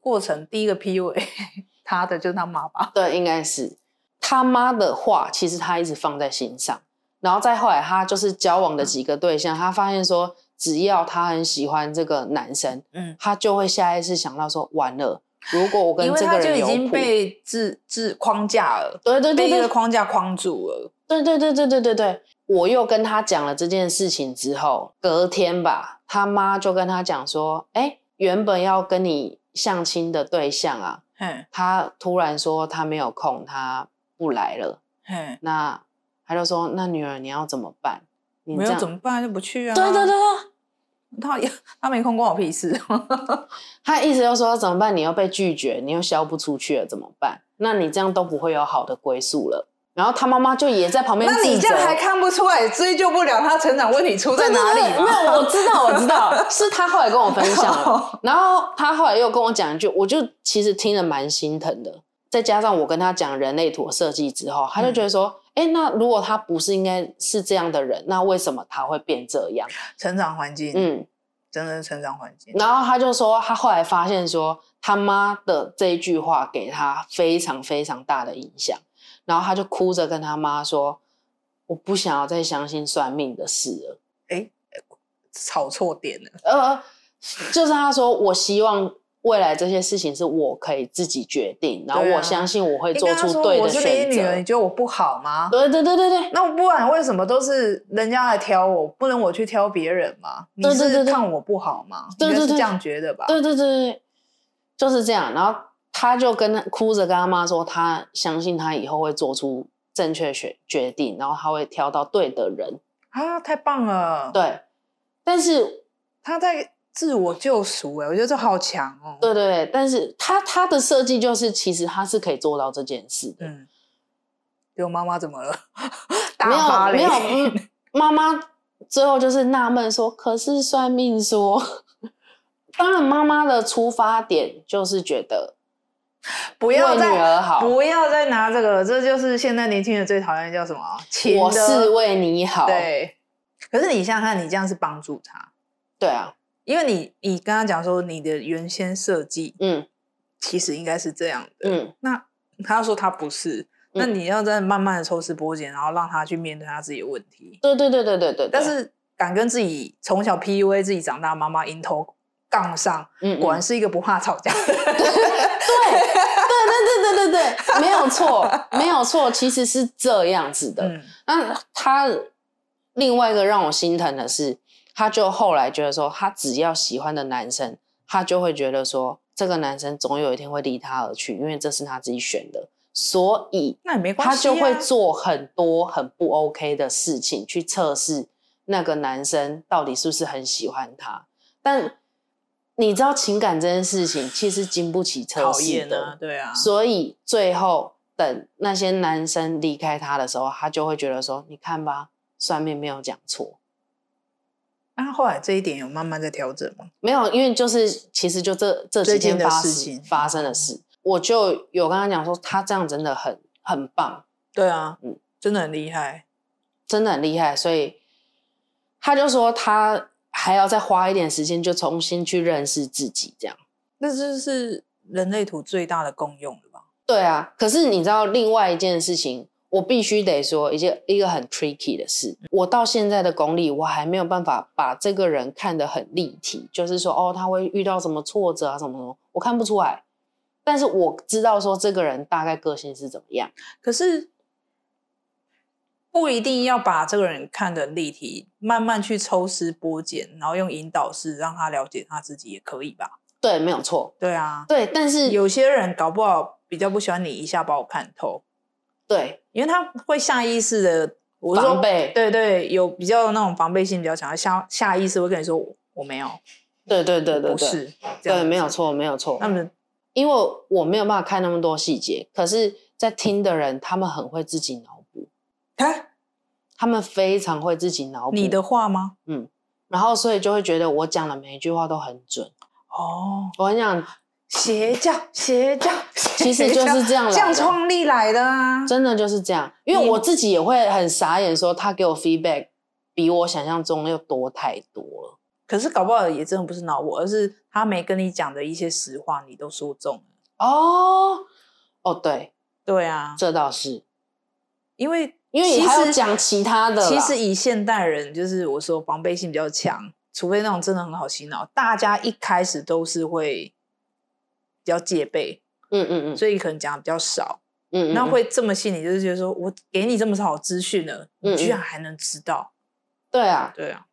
Speaker 1: 过程，第一个 PUA 他的就是他妈妈，
Speaker 2: 对，应该是他妈的话，其实他一直放在心上。然后再后来，他就是交往的几个对象，他发现说，只要他很喜欢这个男生，
Speaker 1: 嗯，
Speaker 2: 他就会下意识想到说，完了，如果我跟
Speaker 1: 因为
Speaker 2: 这个
Speaker 1: 他就
Speaker 2: 人
Speaker 1: 已
Speaker 2: 有
Speaker 1: 经
Speaker 2: 谱
Speaker 1: 被制制框架了，
Speaker 2: 对对对
Speaker 1: 被一个
Speaker 2: 对
Speaker 1: 框架框住了。
Speaker 2: 对对对对对对对，我又跟他讲了这件事情之后，隔天吧，他妈就跟他讲说，哎，原本要跟你相亲的对象啊，
Speaker 1: 嘿，
Speaker 2: 他突然说他没有空，他不来了。
Speaker 1: 嘿，
Speaker 2: 那他就说：“那女儿你要怎么办？你
Speaker 1: 没
Speaker 2: 这
Speaker 1: 有
Speaker 2: 样
Speaker 1: 怎么办？就不去啊。
Speaker 2: 对对对对，
Speaker 1: 他他没空关我屁事。
Speaker 2: 他意思就是说怎么办？你又被拒绝，你又销不出去了，怎么办？那你这样都不会有好的归宿了。”然后他妈妈就也在 旁边
Speaker 1: 那你
Speaker 2: 自
Speaker 1: 这样
Speaker 2: 责
Speaker 1: 还看不出来，追究不了他成长问题出在
Speaker 2: 对对
Speaker 1: 哪里啊
Speaker 2: 对
Speaker 1: 吗？
Speaker 2: 没有，我知道，我知道，是他后来跟我分享了。 然后他后来又跟我讲一句，我就其实听了蛮心疼的。再加上我跟他讲人类图设计之后，他
Speaker 1: 嗯
Speaker 2: 就觉得说：“哎、那如果他不是应该是这样的人，那为什么他会变这样
Speaker 1: 成长环？”境，
Speaker 2: 嗯，
Speaker 1: 真的是成长环境。
Speaker 2: 然后他就说，他后来发现说，他妈的这一句话给他非常非常大的影响，然后他就哭着跟他妈说：“我不想要再相信算命的事了。
Speaker 1: 炒错点了，”
Speaker 2: 呃，就是他说，我希望未来这些事情是我可以自己决定，然后
Speaker 1: 对啊
Speaker 2: 我相信我会
Speaker 1: 你
Speaker 2: 做
Speaker 1: 跟他
Speaker 2: 出
Speaker 1: 说
Speaker 2: 对
Speaker 1: 我
Speaker 2: 的
Speaker 1: 是你
Speaker 2: 选
Speaker 1: 女儿，你
Speaker 2: 择。
Speaker 1: 觉得我不好吗？
Speaker 2: 对对对对对，
Speaker 1: 那不然为什么都是人家来挑我，不能我去挑别人吗？你
Speaker 2: 对对
Speaker 1: 是
Speaker 2: 对对
Speaker 1: 看我不好吗？
Speaker 2: 对对
Speaker 1: 应该是
Speaker 2: 对
Speaker 1: 这样觉得吧？
Speaker 2: 对对对对，就是这样。然后他就跟他哭着跟他妈说，他相信他以后会做出正确决决定，然后他会挑到对的人。
Speaker 1: 啊，太棒了！
Speaker 2: 对，但是
Speaker 1: 他在自我救赎，哎，我觉得这好强哦。
Speaker 2: 对对对，但是他他的设计就是，其实他是可以做到这件事的。
Speaker 1: 嗯，有妈妈怎么了？
Speaker 2: 没
Speaker 1: 大发
Speaker 2: 有
Speaker 1: 雷
Speaker 2: 没有，嗯妈妈最后就是纳闷说，可是算命说。当然，妈妈的出发点就是觉得
Speaker 1: 不
Speaker 2: 为
Speaker 1: 要
Speaker 2: 女
Speaker 1: 再
Speaker 2: 儿好，
Speaker 1: 不要再拿这个了，这就是现在年轻人最讨厌的叫什么啊？情
Speaker 2: 我
Speaker 1: 的
Speaker 2: 是为你好。
Speaker 1: 对。可是你想想看，你这样是帮助他，
Speaker 2: 对啊，
Speaker 1: 因为你你跟他讲说你的原先设计
Speaker 2: 嗯
Speaker 1: 其实应该是这样的，
Speaker 2: 嗯，
Speaker 1: 那他说他不是，那你要再慢慢的抽丝剥茧，然后让他去面对他自己的问题。
Speaker 2: 对对对对对对，
Speaker 1: 但是敢跟自己从小 PUA 自己长大的妈妈迎头杠上，
Speaker 2: 嗯，
Speaker 1: 果然
Speaker 2: 嗯
Speaker 1: 是一个不怕吵架的人。
Speaker 2: 对对对对对对，没有错，没有错，其实是这样子的。
Speaker 1: 嗯
Speaker 2: 那他另外一个让我心疼的是，他就后来觉得说，他只要喜欢的男生，他就会觉得说，这个男生总有一天会离他而去，因为这是他自己选的，所以
Speaker 1: 那也没关系、
Speaker 2: 他
Speaker 1: 啊，
Speaker 2: 就会做很多很不 OK 的事情去测试那个男生到底是不是很喜欢他。但你知道情感这件事情其实经不起测
Speaker 1: 讨
Speaker 2: 试
Speaker 1: 厌
Speaker 2: 的，
Speaker 1: 啊，对啊，
Speaker 2: 所以最后等那些男生离开他的时候，他就会觉得说：“你看吧，算命没有讲错，
Speaker 1: 那、后来这一点有慢慢在调整吗？
Speaker 2: 没有，因为就是其实就这这几
Speaker 1: 最
Speaker 2: 天
Speaker 1: 近的
Speaker 2: 发
Speaker 1: 事
Speaker 2: 生
Speaker 1: 情
Speaker 2: 发生的事，我就有跟他讲说，他这样真的很很棒，
Speaker 1: 对啊，
Speaker 2: 嗯
Speaker 1: 真的很厉害。
Speaker 2: 真的很厉害，所以他就说他还要再花一点时间，就重新去认识自己，这样。”
Speaker 1: 那这是人类图最大的功用了吧？
Speaker 2: 对啊，可是你知道另外一件事情，我必须得说一件一个很 tricky 的事。
Speaker 1: 嗯
Speaker 2: 我到现在的功力，我还没有办法把这个人看得很立体，就是说哦，他会遇到什么挫折啊，什么什么，我看不出来。但是我知道说这个人大概个性是怎么样。
Speaker 1: 可是不一定要把这个人看得立体，慢慢去抽丝剥茧，然后用引导式让他了解他自己也可以吧？
Speaker 2: 对，没有错。
Speaker 1: 对啊，
Speaker 2: 对，但是
Speaker 1: 有些人搞不好比较不喜欢你一下把我看透，
Speaker 2: 对
Speaker 1: 因为他会下意识的，我是说
Speaker 2: 防备，
Speaker 1: 对对，有比较那种防备心比较强，他下下意识会跟你说我我没有，
Speaker 2: 对对对对
Speaker 1: 不
Speaker 2: 对，
Speaker 1: 是，这样
Speaker 2: 对，没有错，没有错。
Speaker 1: 他们
Speaker 2: 因为我没有办法看那么多细节，可是，在听的人他们很会自己脑补，
Speaker 1: 啊，
Speaker 2: 他们非常会自己脑补
Speaker 1: 你的，话吗？
Speaker 2: 然后所以就会觉得我讲的每一句话都很准。
Speaker 1: 哦，
Speaker 2: 我跟你讲，
Speaker 1: 邪教，邪教，
Speaker 2: 其实就是这样来的
Speaker 1: 这样创立来的啊。
Speaker 2: 真的就是这样，因为
Speaker 1: 你
Speaker 2: 我自己也会很傻眼，说他给我 feedback 比我想象中又多太多了。
Speaker 1: 可是搞不好也真的不是脑我，而是他没跟你讲的一些实话，你都说中了。
Speaker 2: 哦，哦，对，
Speaker 1: 对啊，
Speaker 2: 这倒是，
Speaker 1: 因为
Speaker 2: 因为
Speaker 1: 其
Speaker 2: 还要
Speaker 1: 实
Speaker 2: 讲其他的啦，
Speaker 1: 其实以现代人，就是我说防备性比较强，除非那种真的很好洗脑，大家一开始都是会比较戒备，
Speaker 2: 嗯嗯嗯
Speaker 1: 所以可能讲的比较少。
Speaker 2: 嗯，嗯
Speaker 1: 那
Speaker 2: 嗯
Speaker 1: 会这么信你，就是觉得说我给你这么少资讯了，你
Speaker 2: 嗯
Speaker 1: 居
Speaker 2: 嗯
Speaker 1: 然还能知道？
Speaker 2: 对啊，
Speaker 1: 对啊，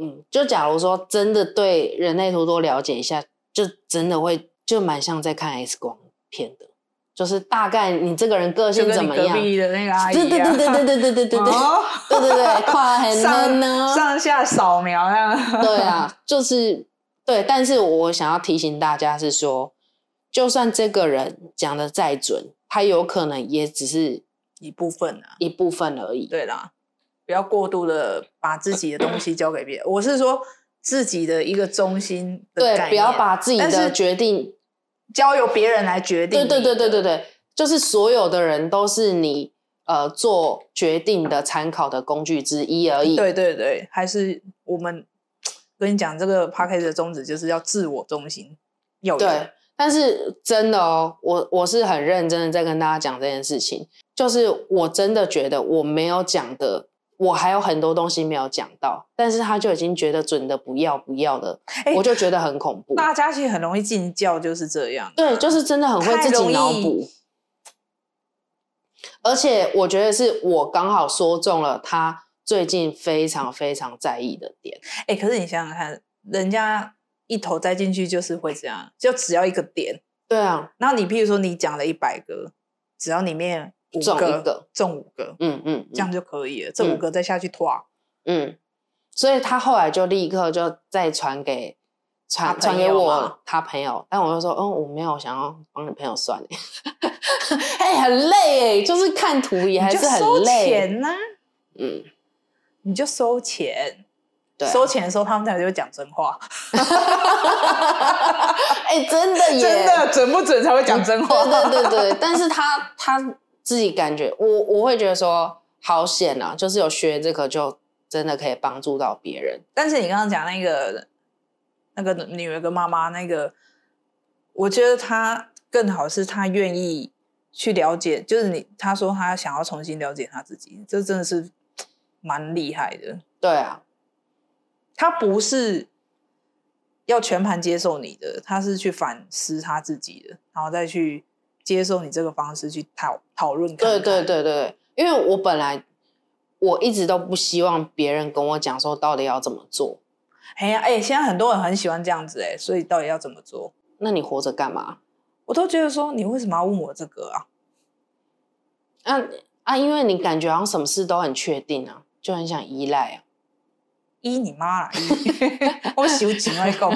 Speaker 2: 嗯，就假如说真的对人类图多了解一下，就真的会就蛮像在看 X 光片的，就是大概你这个人个
Speaker 1: 就
Speaker 2: 性
Speaker 1: 跟
Speaker 2: 怎
Speaker 1: 你
Speaker 2: 么
Speaker 1: 隔
Speaker 2: 样，对
Speaker 1: 壁的那个阿姨、啊，
Speaker 2: 对对对对对对对对对
Speaker 1: 哦
Speaker 2: 对对对，跨很
Speaker 1: 上
Speaker 2: 难呢，
Speaker 1: 上下扫描啊。
Speaker 2: 对啊，就是对，啊但是我想要提醒大家是说，就算这个人讲的再准，他有可能也只是
Speaker 1: 一部分啊，
Speaker 2: 一部分而已。
Speaker 1: 对啦，不要过度的把自己的东西交给别人。我是说自己的一个中心的
Speaker 2: 对，
Speaker 1: 概
Speaker 2: 不要
Speaker 1: 念
Speaker 2: 把自己
Speaker 1: 但
Speaker 2: 的
Speaker 1: 是
Speaker 2: 决定，
Speaker 1: 交由别人来决定
Speaker 2: 对
Speaker 1: 你
Speaker 2: 对
Speaker 1: 的。
Speaker 2: 对对对对，就是所有的人都是你呃做决定的参考的工具之一而已。
Speaker 1: 对对对，还是我们跟你讲，这个 p a c k a g e 的宗旨就是要自我中心，要有
Speaker 2: 对，但是真的哦，我我是很认真的在跟大家讲这件事情，就是我真的觉得我没有讲的，我还有很多东西没有讲到，但是他就已经觉得准的不要不要的，
Speaker 1: 哎
Speaker 2: 我就觉得很恐怖。
Speaker 1: 大家其实很容易进教，就是这样。啊
Speaker 2: 对，就是真的很会
Speaker 1: 太
Speaker 2: 自己
Speaker 1: 容
Speaker 2: 脑
Speaker 1: 易
Speaker 2: 补，而且我觉得是我刚好说中了他最近非常非常在意的点。
Speaker 1: 哎、可是你想想看，人家一头栽进去就是会这样，就只要一个点。
Speaker 2: 对啊，
Speaker 1: 然后你譬如说你讲了一百个，只要里面五
Speaker 2: 中一
Speaker 1: 个
Speaker 2: 个
Speaker 1: 中五个，
Speaker 2: 嗯嗯，嗯
Speaker 1: 这样就可以了。这五
Speaker 2: 嗯
Speaker 1: 个再下去拖，啊
Speaker 2: 嗯，所以他后来就立刻就再传给
Speaker 1: 他
Speaker 2: 传
Speaker 1: 朋
Speaker 2: 传给
Speaker 1: 友
Speaker 2: 我
Speaker 1: 吗
Speaker 2: 他朋友，但我就说，嗯，我没有想要帮你朋友算耶， 哎、很累哎，就是看图也还
Speaker 1: 你
Speaker 2: 是
Speaker 1: 就
Speaker 2: 很
Speaker 1: 收
Speaker 2: 累，
Speaker 1: 钱呐、
Speaker 2: 嗯，
Speaker 1: 你就收钱。
Speaker 2: 对啊、
Speaker 1: 收钱的时候，他们才就会讲真话，
Speaker 2: 哎、真 的耶，嗯
Speaker 1: 真的准不准才会讲 真话。
Speaker 2: 对对对对，但是他他自己感觉，我我会觉得说好险啊，就是有学这个就真的可以帮助到别人，
Speaker 1: 但是你刚刚讲那个那个女儿跟妈妈那个，我觉得她更好是她愿意去了解，就是你她说她想要重新了解她自己，这真的是蛮厉害的。
Speaker 2: 对啊，
Speaker 1: 她不是要全盘接受你的，她是去反思她自己的，然后再去接受你这个方式去讨讨论看
Speaker 2: 对
Speaker 1: 看。
Speaker 2: 对对对对，因为我本来我一直都不希望别人跟我讲说到底要怎么做，
Speaker 1: 哎呀，哎，现在很多人很喜欢这样子，哎，所以到底要怎么做？
Speaker 2: 那你活着干嘛？
Speaker 1: 我都觉得说，你为什么要问我这个啊？
Speaker 2: 啊啊，因为你感觉好像什么事都很确定啊，就很想依赖啊。
Speaker 1: 依你妈啦， 依我手紧来讲，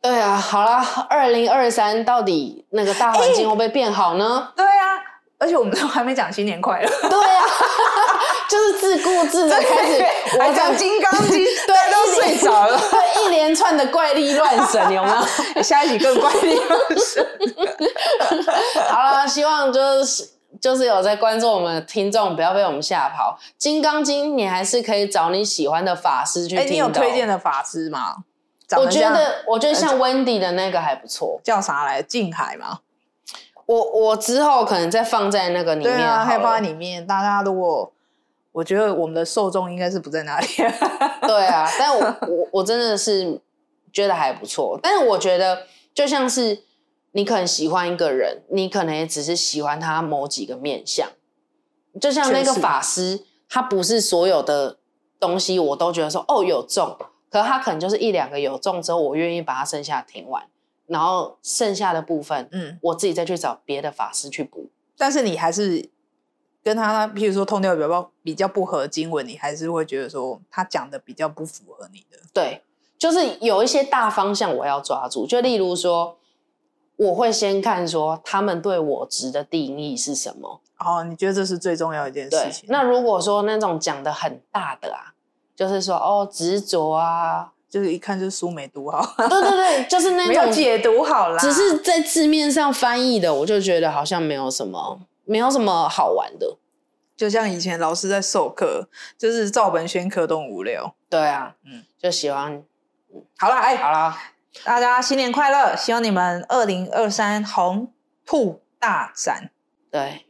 Speaker 2: 对啊，好啦，二零二三到底那个大环境会不会变好呢？
Speaker 1: 对啊，而且我们都还没讲新年快乐，
Speaker 2: 对啊， 就是自顾自的开始，
Speaker 1: 还
Speaker 2: 我
Speaker 1: 讲《
Speaker 2: 对，
Speaker 1: 金刚经》大家都
Speaker 2: 一
Speaker 1: 睡
Speaker 2: 连
Speaker 1: 着了，
Speaker 2: 对一连串的怪力乱神，有没有？
Speaker 1: 下一集更怪力乱神。
Speaker 2: 好了，希望就是就是有在关注我们的听众，不要被我们吓跑。《金刚经》你还是可以找 你喜欢的法师去
Speaker 1: 哎、
Speaker 2: 听、
Speaker 1: 你有推荐？的法师吗？长呃
Speaker 2: 我
Speaker 1: 这
Speaker 2: 觉
Speaker 1: 样
Speaker 2: 得我觉得像 Wendy 的那个还不错。
Speaker 1: 叫啥来？静海吗？
Speaker 2: 我我之后可能再放在那个里
Speaker 1: 对
Speaker 2: 面
Speaker 1: 啊，
Speaker 2: 好
Speaker 1: 还
Speaker 2: 了
Speaker 1: 放在里面。大家如果我觉得我们的受众应该是不在 那里，
Speaker 2: 对啊，但我我我真的是觉得还不错，但是我觉得就像是你可能喜欢一个人，你可能也只是喜欢他某几个面相，就像那个
Speaker 1: 确实
Speaker 2: 法师，他不是所有的东西我都觉得说哦有中，可他可能就是一两个有中之后，我愿意把它剩下听完，然后剩下的部分
Speaker 1: 嗯，
Speaker 2: 我自己再去找别的法师去补。
Speaker 1: 但是你还是跟他，譬如说痛调比较比较不合经文，你还是会觉得说他讲的比较不符合你的。
Speaker 2: 对，就是有一些大方向我要抓住，就例如说，我会先看说他们对我值的定义是什么。
Speaker 1: 哦，你觉得这是最重要一件
Speaker 2: 对
Speaker 1: 事，情？
Speaker 2: 那如果说那种讲的很大的啊，就是说哦执着啊，
Speaker 1: 就是一看就是书没读好，
Speaker 2: 对对对，就是那
Speaker 1: 没有
Speaker 2: 种
Speaker 1: 解读好啦。
Speaker 2: 只是在字面上翻译的，我就觉得好像没有什么没有什么好玩的。
Speaker 1: 就像以前老师在授课，就是照本宣科都很无聊。
Speaker 2: 对啊，
Speaker 1: 嗯
Speaker 2: 嗯，就喜欢
Speaker 1: 好啦，哎、
Speaker 2: 好啦，
Speaker 1: 大家新年快乐！希望你们二零二三红兔大展。
Speaker 2: 对，
Speaker 1: 哎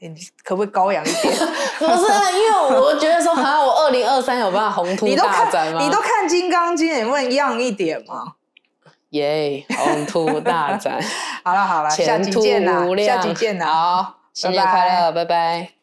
Speaker 1: 你可不可以高扬一 点？
Speaker 2: 不是因为我觉得说，好像我二零二三有办法宏图
Speaker 1: 你都
Speaker 2: 大展吗？
Speaker 1: 看，你都看《金刚经》，你问样一点嘛？
Speaker 2: 耶，宏图大展，
Speaker 1: 好了好了，下
Speaker 2: 前
Speaker 1: 集
Speaker 2: 途
Speaker 1: 见啦
Speaker 2: 无，
Speaker 1: 下
Speaker 2: 量
Speaker 1: 集见啦。
Speaker 2: 好，新年
Speaker 1: 拜拜
Speaker 2: 快乐，拜拜